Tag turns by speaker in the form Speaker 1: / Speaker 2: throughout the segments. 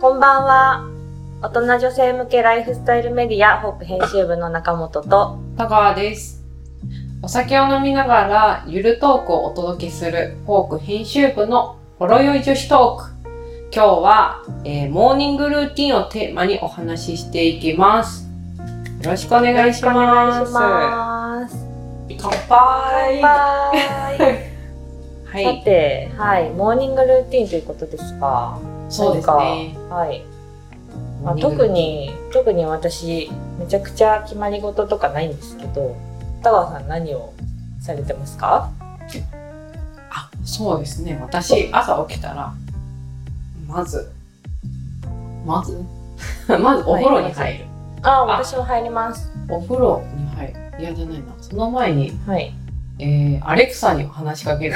Speaker 1: こんばんは。大人女性向けライフスタイルメディアホープ編集部の中本と、
Speaker 2: 田川です。お酒を飲みながらゆるトークをお届けするフォーク編集部のほろ酔い女子トーク。今日は、えーモーニングルーティンをテーマにお話ししていきます。よろしくお願いします。
Speaker 1: お願いします。
Speaker 2: 乾杯
Speaker 1: バイ。
Speaker 2: は
Speaker 1: さ
Speaker 2: い、
Speaker 1: て、はい、モーニングルーティンということですが、
Speaker 2: そうですね。
Speaker 1: はい。まあ、特に、特に私、めちゃくちゃ決まり事とかないんですけど、田川さん何をされてますか
Speaker 2: あ、そうですね。私、朝起きたら、まず、まずまずお風呂に入る。
Speaker 1: あ、
Speaker 2: あ
Speaker 1: 私も入ります。
Speaker 2: お風呂に入る。いやじゃないな。その前に、
Speaker 1: はい。
Speaker 2: えー、アレクサに話しかける。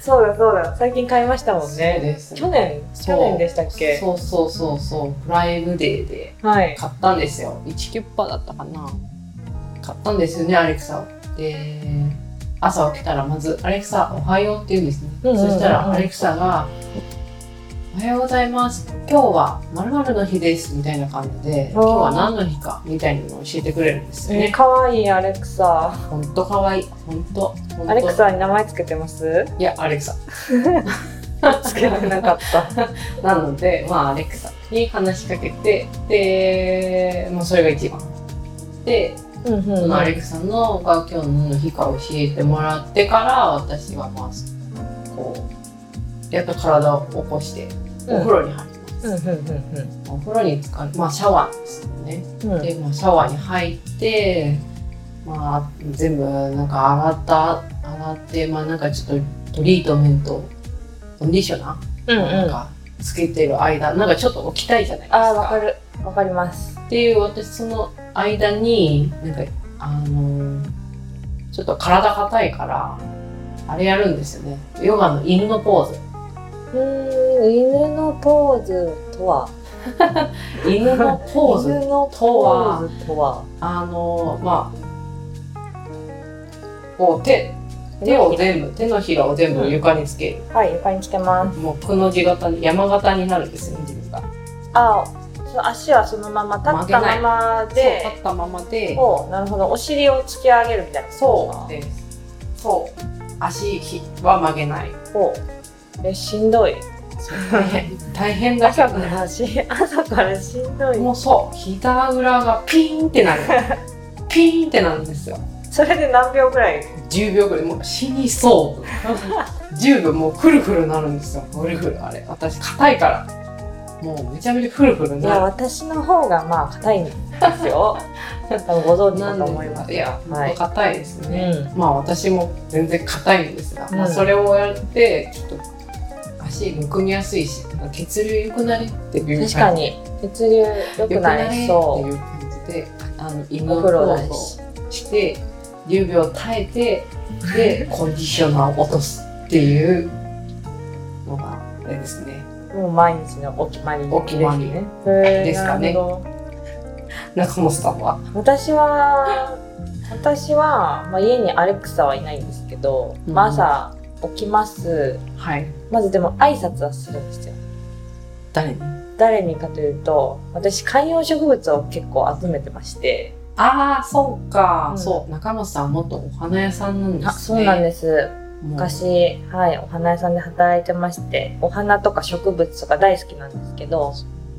Speaker 1: そうだそうだ、最近買いましたもん
Speaker 2: そう
Speaker 1: ね。
Speaker 2: です
Speaker 1: 去年
Speaker 2: そ
Speaker 1: 去
Speaker 2: う
Speaker 1: 年でしたっけ
Speaker 2: そうそうそうそう。プライムデーで
Speaker 1: はい。
Speaker 2: 買ったんですよ。1キュッパだったかな。買ったんですよね、アレクサを。で、朝起きたらまず、アレクサ、おはようって言うんですね。
Speaker 1: うんうんうんうん
Speaker 2: そしたら、アレクサが、おはようございます。今日は〇〇の日です。みたいな感じで、今日は何の日か、みたいなのを教えてくれるんですよ
Speaker 1: え
Speaker 2: ね
Speaker 1: ー、。かわいいアレクサ。
Speaker 2: ほんとかわいい。ほんと。ほんと
Speaker 1: アレクサに名前つけて ます
Speaker 2: いや、アレクサ。
Speaker 1: つけてなかった。
Speaker 2: なので、まあ、アレクサに話しかけて、で、もうそれが一番。で、
Speaker 1: うんうん
Speaker 2: そ
Speaker 1: うん。
Speaker 2: のアレクサのが今日の日か教えてもらってから、私はまあ、こう、やっと体を起こして、お風呂に入ります。
Speaker 1: うんうん
Speaker 2: お風呂に浸かる、まあ、シャワーですよね。
Speaker 1: うんうん。
Speaker 2: で、まあ、シャワーに入って、まあ、全部、なんか洗った、洗って、まあ、なんかちょっとトリートメント、コンディショナー
Speaker 1: うんう
Speaker 2: なん
Speaker 1: ん。あ
Speaker 2: かつけてる間、なんかちょっと起きたいじゃないですか。
Speaker 1: ー、わかる。わかります。
Speaker 2: っていう私その間になんかあのーちょっと体硬いからあれやるんですよね。ヨガの犬のポーズ。
Speaker 1: うーん、犬のポーズとは
Speaker 2: 犬のポーズ。
Speaker 1: 犬のポーズとは
Speaker 2: あのーまあこう手手を全部手のひらを全部床につける。
Speaker 1: はい、床につけます。
Speaker 2: もうくの字型に山型になるんですよね自分が。
Speaker 1: あー、そう足はそのまま
Speaker 2: 曲
Speaker 1: 立
Speaker 2: げ
Speaker 1: った
Speaker 2: ない
Speaker 1: まま
Speaker 2: で
Speaker 1: で
Speaker 2: 立。ったままで。
Speaker 1: おうなるほどお尻を突き上げるみたいな
Speaker 2: そうです。そう。足は曲げない。
Speaker 1: ほうえしんどい
Speaker 2: 大変だけ
Speaker 1: 朝
Speaker 2: ど
Speaker 1: か
Speaker 2: ね。
Speaker 1: らし 朝からしんどい
Speaker 2: もうそう、膝裏がピーンって なる。ピーンってなるんですよ。
Speaker 1: それで何秒ぐらい
Speaker 2: 10秒ぐらい、もう死にそう。10秒もうくるくるなるんですよ。くるくるあれ。私、硬いから。もうめちゃめちゃくるくる
Speaker 1: いや
Speaker 2: なる。
Speaker 1: 私の方がまあ硬いんです よ多分ご存知だと思います
Speaker 2: いや、ほ
Speaker 1: はい
Speaker 2: んと硬いです
Speaker 1: う
Speaker 2: ね。
Speaker 1: ん
Speaker 2: まあ私も全然硬いんですが、
Speaker 1: うん
Speaker 2: まあそれをやってちょっと足むくみやすいし血流良くなりっていう
Speaker 1: 確か
Speaker 2: 感じ
Speaker 1: に血流良くなり
Speaker 2: 良
Speaker 1: そ
Speaker 2: くなれっていう感じであの
Speaker 1: う
Speaker 2: 犬
Speaker 1: お
Speaker 2: の
Speaker 1: 風
Speaker 2: 風
Speaker 1: 呂
Speaker 2: 呂
Speaker 1: だし
Speaker 2: をして10秒耐えて でコンディショナーを落とすっていうのがあれですね
Speaker 1: もう毎日のお決まり
Speaker 2: お決まり
Speaker 1: ですね
Speaker 2: ですか
Speaker 1: へ
Speaker 2: ね
Speaker 1: ーなるほど
Speaker 2: 中本さんは
Speaker 1: 私は私は、まあ、家にアレクサはいないんですけど、まあ、
Speaker 2: うん
Speaker 1: 朝起きます
Speaker 2: はい
Speaker 1: まずでも挨拶はするんですよ。
Speaker 2: 誰に
Speaker 1: 誰にかというと、私観葉植物を結構集めてまして。
Speaker 2: ああそうか、
Speaker 1: うん
Speaker 2: そう中本さんは元お花屋さんなんですね
Speaker 1: あ、そうなんです。
Speaker 2: もう
Speaker 1: 昔、はい、お花屋さんで働いてまして、お花とか植物とか大好きなんですけど、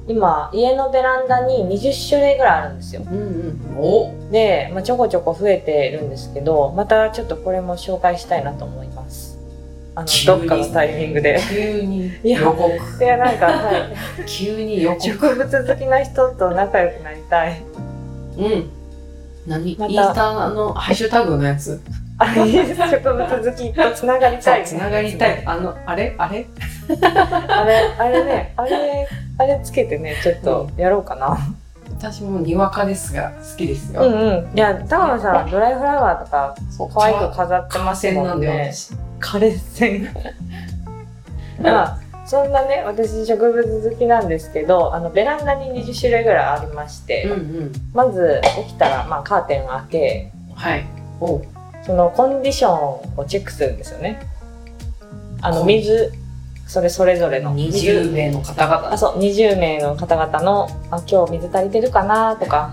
Speaker 1: 今、家のベランダに20種類ぐらいあるんですよ。
Speaker 2: うんうんお
Speaker 1: で、まあ、ちょこちょこ増えてるんですけど、またちょっとこれも紹介したいなと思います。あの、
Speaker 2: 急
Speaker 1: どっ
Speaker 2: に
Speaker 1: かのタイミングで。
Speaker 2: 急に
Speaker 1: いや
Speaker 2: 予告
Speaker 1: いや、なんか、はい、
Speaker 2: 急に予告
Speaker 1: 植物好きな人と仲良くなりたい。
Speaker 2: うん何、
Speaker 1: また
Speaker 2: インスタのハッシュタグのやつ
Speaker 1: あれ植物好きとつながりたい、ね。
Speaker 2: つながりたいあのあれあれ
Speaker 1: あれ、あれね、あれ、あれつけてね、ちょっとやろうかな。
Speaker 2: 私もにわかですが好きですよ、
Speaker 1: うんうん。いや、タワさん、ドライフラワーとか、
Speaker 2: そう
Speaker 1: 可愛く飾ってま
Speaker 2: 河
Speaker 1: す
Speaker 2: 川な
Speaker 1: もん
Speaker 2: んだよ
Speaker 1: ね。
Speaker 2: 私
Speaker 1: 枯れ線。まあ、そんなね、私植物好きなんですけど、あの、ベランダに20種類ぐらいありまして、
Speaker 2: うんうん
Speaker 1: まず起きたら、まあ、カーテンを開け、
Speaker 2: はいお
Speaker 1: そのコンディションをチェックするんですよね。あの、水、それそれぞれの
Speaker 2: 20名の方々
Speaker 1: あそう20名の方々のあ今日水足りてるかなと か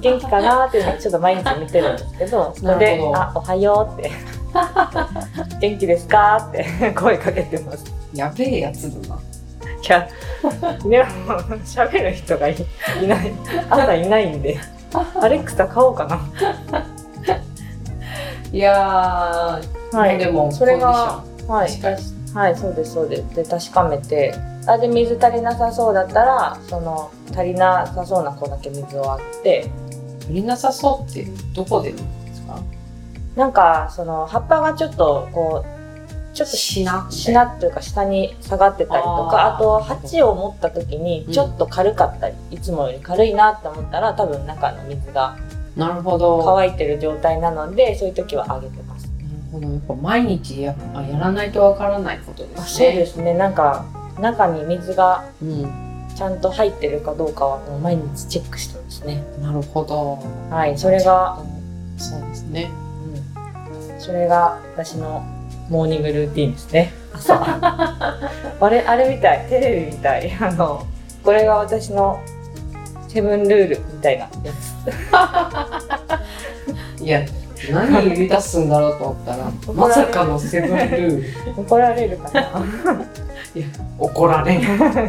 Speaker 1: 元気かなっていうのをちょっと毎日見てるんですけどそれ
Speaker 2: なる
Speaker 1: で
Speaker 2: ほ
Speaker 1: 「
Speaker 2: ど
Speaker 1: あおはよう」って 「元気ですか?」って声かけてます
Speaker 2: やべえやつだない
Speaker 1: やでも喋る人がいいない朝いないんでアレクサ買おうかな、
Speaker 2: いやー、でも
Speaker 1: それが
Speaker 2: コンデ
Speaker 1: は
Speaker 2: ィ
Speaker 1: い
Speaker 2: ションしかし
Speaker 1: はい、そうですそうです。で確かめて、あで水足りなさそうだったらその足りなさそうな子だけ水をあって、
Speaker 2: 足りなさそうってどこでなんですか
Speaker 1: なんかその葉っぱがちょっとこうちょっとし
Speaker 2: しな
Speaker 1: しなっていうか下に下がってたりと
Speaker 2: あー
Speaker 1: か、あと鉢を持った時に
Speaker 2: うん
Speaker 1: ちょっと軽かったり、いつもより軽いなって思ったら多分中の水が
Speaker 2: なるほど
Speaker 1: 乾いてる状態なので、そういう時はあげてます。
Speaker 2: なるほどやっぱ毎日やっぱやらないとわからないことですね
Speaker 1: あそうですね。なんか中に水が
Speaker 2: うん、
Speaker 1: ちゃんと入ってるかどうかはもう毎日チェックしてますね。
Speaker 2: なるほど
Speaker 1: はい、それが、
Speaker 2: そうですね
Speaker 1: うん、それが私のモーニングルーティンですね。朝。あれ、あれみたい、テレビみたい、あの、これが私のセブンルールみたいなやつ。
Speaker 2: いや何言い出すんだろうと思った らまさかのセブンルール
Speaker 1: 怒られるかな。
Speaker 2: 怒られん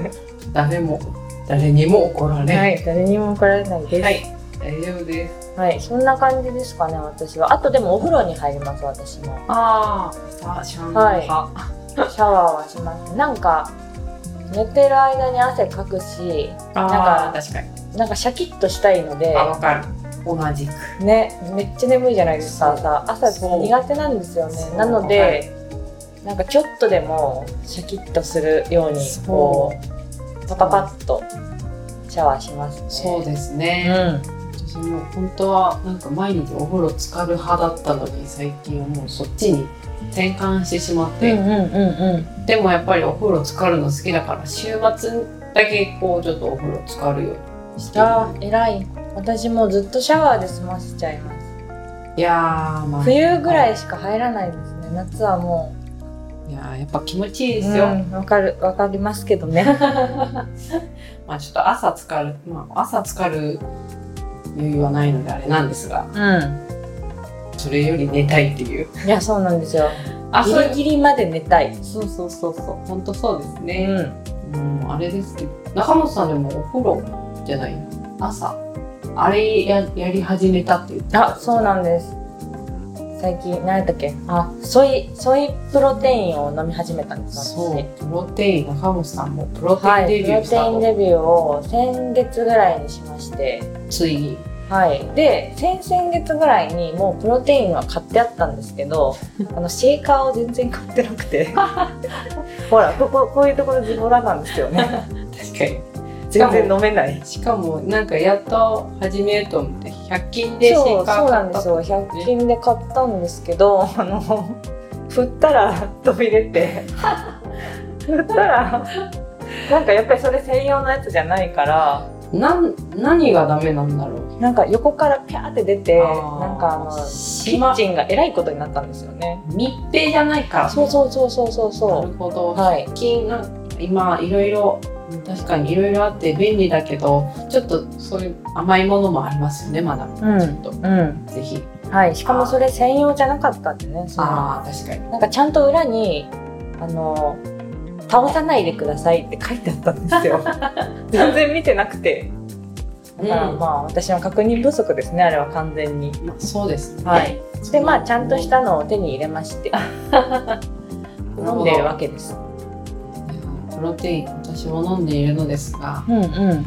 Speaker 2: 誰も誰にも怒られん
Speaker 1: はい、誰にも怒られないです。
Speaker 2: は
Speaker 1: はい、
Speaker 2: い大丈夫です
Speaker 1: そんな感じですかね、私は。あとでもお風呂に入ります、私も。
Speaker 2: ああシャンプ
Speaker 1: はい
Speaker 2: ー派
Speaker 1: シャワーはします。なんか、寝てる間に汗かくし、
Speaker 2: ああ確かに
Speaker 1: なんかシャキッとしたいので、
Speaker 2: あわかる同じく
Speaker 1: ね、めっちゃ眠いじゃないですか
Speaker 2: そう
Speaker 1: 朝朝
Speaker 2: そう
Speaker 1: 苦手なんですよね
Speaker 2: そう
Speaker 1: なので、なんかちょっとでもシャキッとするように
Speaker 2: そう
Speaker 1: こうパパパッとシャワーしますね
Speaker 2: そうです
Speaker 1: う
Speaker 2: ね、
Speaker 1: ん
Speaker 2: 私も本当はなんか毎日お風呂浸かる派だったのに最近はもうそっちに転換してしまっ
Speaker 1: う
Speaker 2: て、
Speaker 1: んうんうんうん
Speaker 2: でもやっぱりお風呂浸かるの好きだから週末だけこうちょっとお風呂浸かるようにしてる
Speaker 1: あー偉い私もうずっとシャワーで済ませちゃいます
Speaker 2: いやーまあ
Speaker 1: 冬ぐらいしか入らないですね夏はも
Speaker 2: いやーやっぱ気持ちいいうですよ、
Speaker 1: うんわかるわかりますけどね
Speaker 2: まあちょっと朝浸かるまあ朝浸かる余裕はないのであれなんですが
Speaker 1: うん
Speaker 2: それより寝たいっていう
Speaker 1: いやそうなんですよ
Speaker 2: あ
Speaker 1: ギリギリまで寝たい
Speaker 2: そうそうそうそう本当そうです
Speaker 1: う
Speaker 2: ね、
Speaker 1: ん
Speaker 2: うん、あれですけど中本さんでもお風呂じゃない朝あれややり始めたって言ってた
Speaker 1: あ、そうなんです。最近、何やったっけあ、ソイ、ソイプロテインを飲み始めたんです、
Speaker 2: そう
Speaker 1: 私。
Speaker 2: プロテイン中本さんもプロテ
Speaker 1: は
Speaker 2: インデ
Speaker 1: い、
Speaker 2: ビ
Speaker 1: プ
Speaker 2: ュ
Speaker 1: ロ
Speaker 2: ーした
Speaker 1: テイ
Speaker 2: と、
Speaker 1: ンデビューを先月ぐらいにしまして、
Speaker 2: ついに
Speaker 1: はい。で、先々月ぐらいにもうプロテインは買ってあったんですけ ど、あの、シェイカーを全然買ってなくて。 ほら、ここ、こういうところズボラなんですよね。
Speaker 2: 確かに
Speaker 1: 全然飲めない。
Speaker 2: しかもなんかやっと始めると思って100均でシ
Speaker 1: そ
Speaker 2: ェ
Speaker 1: う、
Speaker 2: イカ
Speaker 1: そう
Speaker 2: ー買
Speaker 1: なん
Speaker 2: った
Speaker 1: です
Speaker 2: って
Speaker 1: よ。100均で買ったんですけ ど、あの、振ったら 飛び出て、振ったら、なんかやっぱりそれ専用のやつじゃないから、
Speaker 2: なん何がダメなんだろう
Speaker 1: なんか横からピャーって出て、
Speaker 2: あー
Speaker 1: なんかあの、キ
Speaker 2: 島
Speaker 1: ッチンがえらいことになったんですよね。
Speaker 2: 密閉じゃないから
Speaker 1: そうそうそうそうそう
Speaker 2: な
Speaker 1: そ
Speaker 2: るほど、
Speaker 1: う。はい。
Speaker 2: 金が今いろいろ確かにいろいろあって便利だけどちょっとそういう甘いものもありますよねまだ、
Speaker 1: うん
Speaker 2: ちょっと
Speaker 1: うん。
Speaker 2: ぜひ
Speaker 1: はい。しかもそれ専用じゃなかったんでね。その
Speaker 2: ああ確かに
Speaker 1: なんかちゃんと裏に、あの、倒さないでくださいって書いてあったんです よ。全然見てなくて。だからまあ私の確認不足ですね、あれは完全に。
Speaker 2: まあそうですね
Speaker 1: はい。で、まあちゃんとしたたのを手に入れまして、 飲んでるわけです。
Speaker 2: プロテイン私も飲んでいるのですが
Speaker 1: うんうん。
Speaker 2: やっ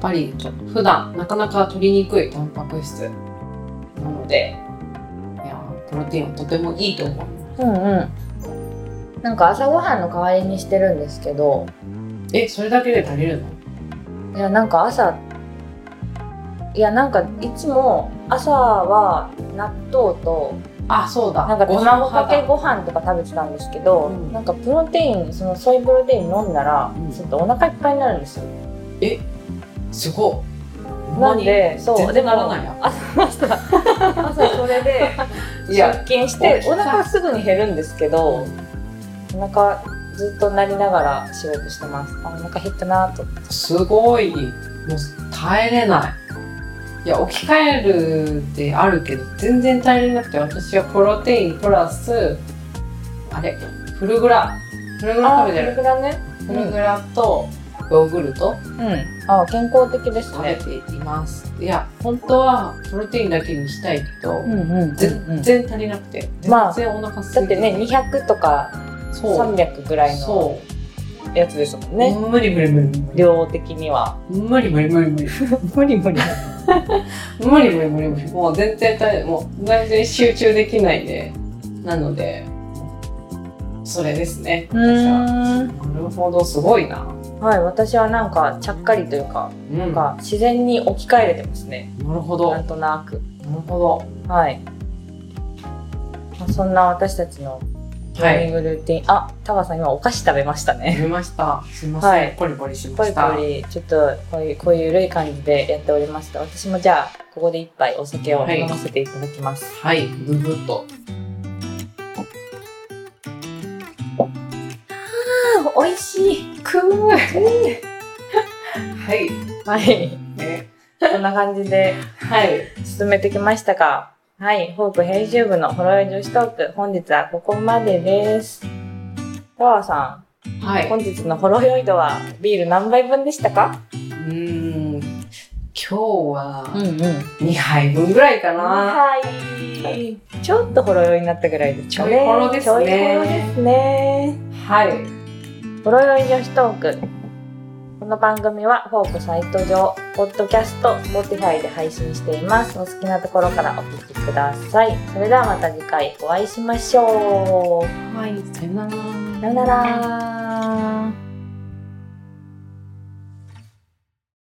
Speaker 2: ぱりちょっと普段なかなか取りにくいタンパク質なのでいやープロテインはとてもいいと思う
Speaker 1: うんうん。なんか朝ごはんの代わりにしてるんですけど、
Speaker 2: えそれだけで足りるの
Speaker 1: いやなんか朝、いやなんかいつも朝は納豆と
Speaker 2: あそうだ
Speaker 1: なんか
Speaker 2: ご
Speaker 1: 卵か
Speaker 2: 飯
Speaker 1: け
Speaker 2: 派だ
Speaker 1: ご飯とか食べてたんですけど、
Speaker 2: うん
Speaker 1: なんかプロテインそのソイプロテイン飲んだら、
Speaker 2: うん
Speaker 1: ちょっとお腹いっぱいになるんですよ。
Speaker 2: すごい
Speaker 1: なんで
Speaker 2: 全
Speaker 1: そう
Speaker 2: 然
Speaker 1: でも
Speaker 2: ならないや
Speaker 1: 朝朝 朝それで
Speaker 2: いや
Speaker 1: 出勤して
Speaker 2: 起きた
Speaker 1: お腹はすぐに減るんですけどお腹ずっとなりながら仕事してますあお腹減ったなと
Speaker 2: すごいもう耐えれないいや置き換えるってあるけど全然耐えれなくて私はプロテインプラスあれフルグラフルグラ食べてる
Speaker 1: くらね
Speaker 2: フルグラとヨーグルト
Speaker 1: うんあ健康的です
Speaker 2: 食べ
Speaker 1: ね
Speaker 2: ています、いや本当はプロテインだけにしたいけど、
Speaker 1: んうん
Speaker 2: 全然足りなくて
Speaker 1: ま
Speaker 2: 全
Speaker 1: あ
Speaker 2: 然お腹す
Speaker 1: だ
Speaker 2: い
Speaker 1: って
Speaker 2: て
Speaker 1: ね200とか
Speaker 2: そう
Speaker 1: 300ぐらいの
Speaker 2: そ
Speaker 1: やつですもん
Speaker 2: う、
Speaker 1: ね
Speaker 2: 無理無理無理無理
Speaker 1: 量的には
Speaker 2: 無理無理無 理無
Speaker 1: 無
Speaker 2: 理
Speaker 1: 理無理
Speaker 2: 無理無理無理無理もう全然大もう全然集中できないでなのでそれですね私は
Speaker 1: ん
Speaker 2: なるほどすごいな
Speaker 1: はい私はなんかちゃっかりというか
Speaker 2: うん
Speaker 1: なん
Speaker 2: な
Speaker 1: か自然に置き換えれてますね
Speaker 2: るほど
Speaker 1: な
Speaker 2: なん
Speaker 1: となく
Speaker 2: るほ
Speaker 1: はい、まあ、そんな私たちの
Speaker 2: ど
Speaker 1: モ
Speaker 2: は
Speaker 1: ーニン
Speaker 2: い
Speaker 1: グルーティン、あタワさん今お菓子食べましたね
Speaker 2: 見ましたすいません、
Speaker 1: はい
Speaker 2: ポリポリしま
Speaker 1: ポリ
Speaker 2: した
Speaker 1: ポリちょっとこういうこういう緩い感じでやっておりました私もじゃあここで一杯お酒を
Speaker 2: はい
Speaker 1: 飲ませていただきます、
Speaker 2: はいググッと
Speaker 1: あ美味しい
Speaker 2: くーはい
Speaker 1: はい
Speaker 2: ね
Speaker 1: こんな感じで
Speaker 2: はい
Speaker 1: 進めてきましたがはい、フォーク編集部のほろ酔い女子トーク、本日はここまでです。タワさ
Speaker 2: は
Speaker 1: ん、
Speaker 2: い
Speaker 1: 本日のほろ酔い度はビール何杯分でしたか
Speaker 2: うーん今日は
Speaker 1: んうん。
Speaker 2: 2杯分ぐらいかな、
Speaker 1: はい。ちょっとほろ酔いになったぐらいでち
Speaker 2: ょいほろですね
Speaker 1: ちょいほろですね。
Speaker 2: はい
Speaker 1: ほろ酔い女子トーク。この番組はフォークサイト上、ポッドキャスト、Spotify で配信しています。お好きなところからお聞きください。それではまた次回お会いしましょう。
Speaker 2: はいさよなら
Speaker 1: さよなら。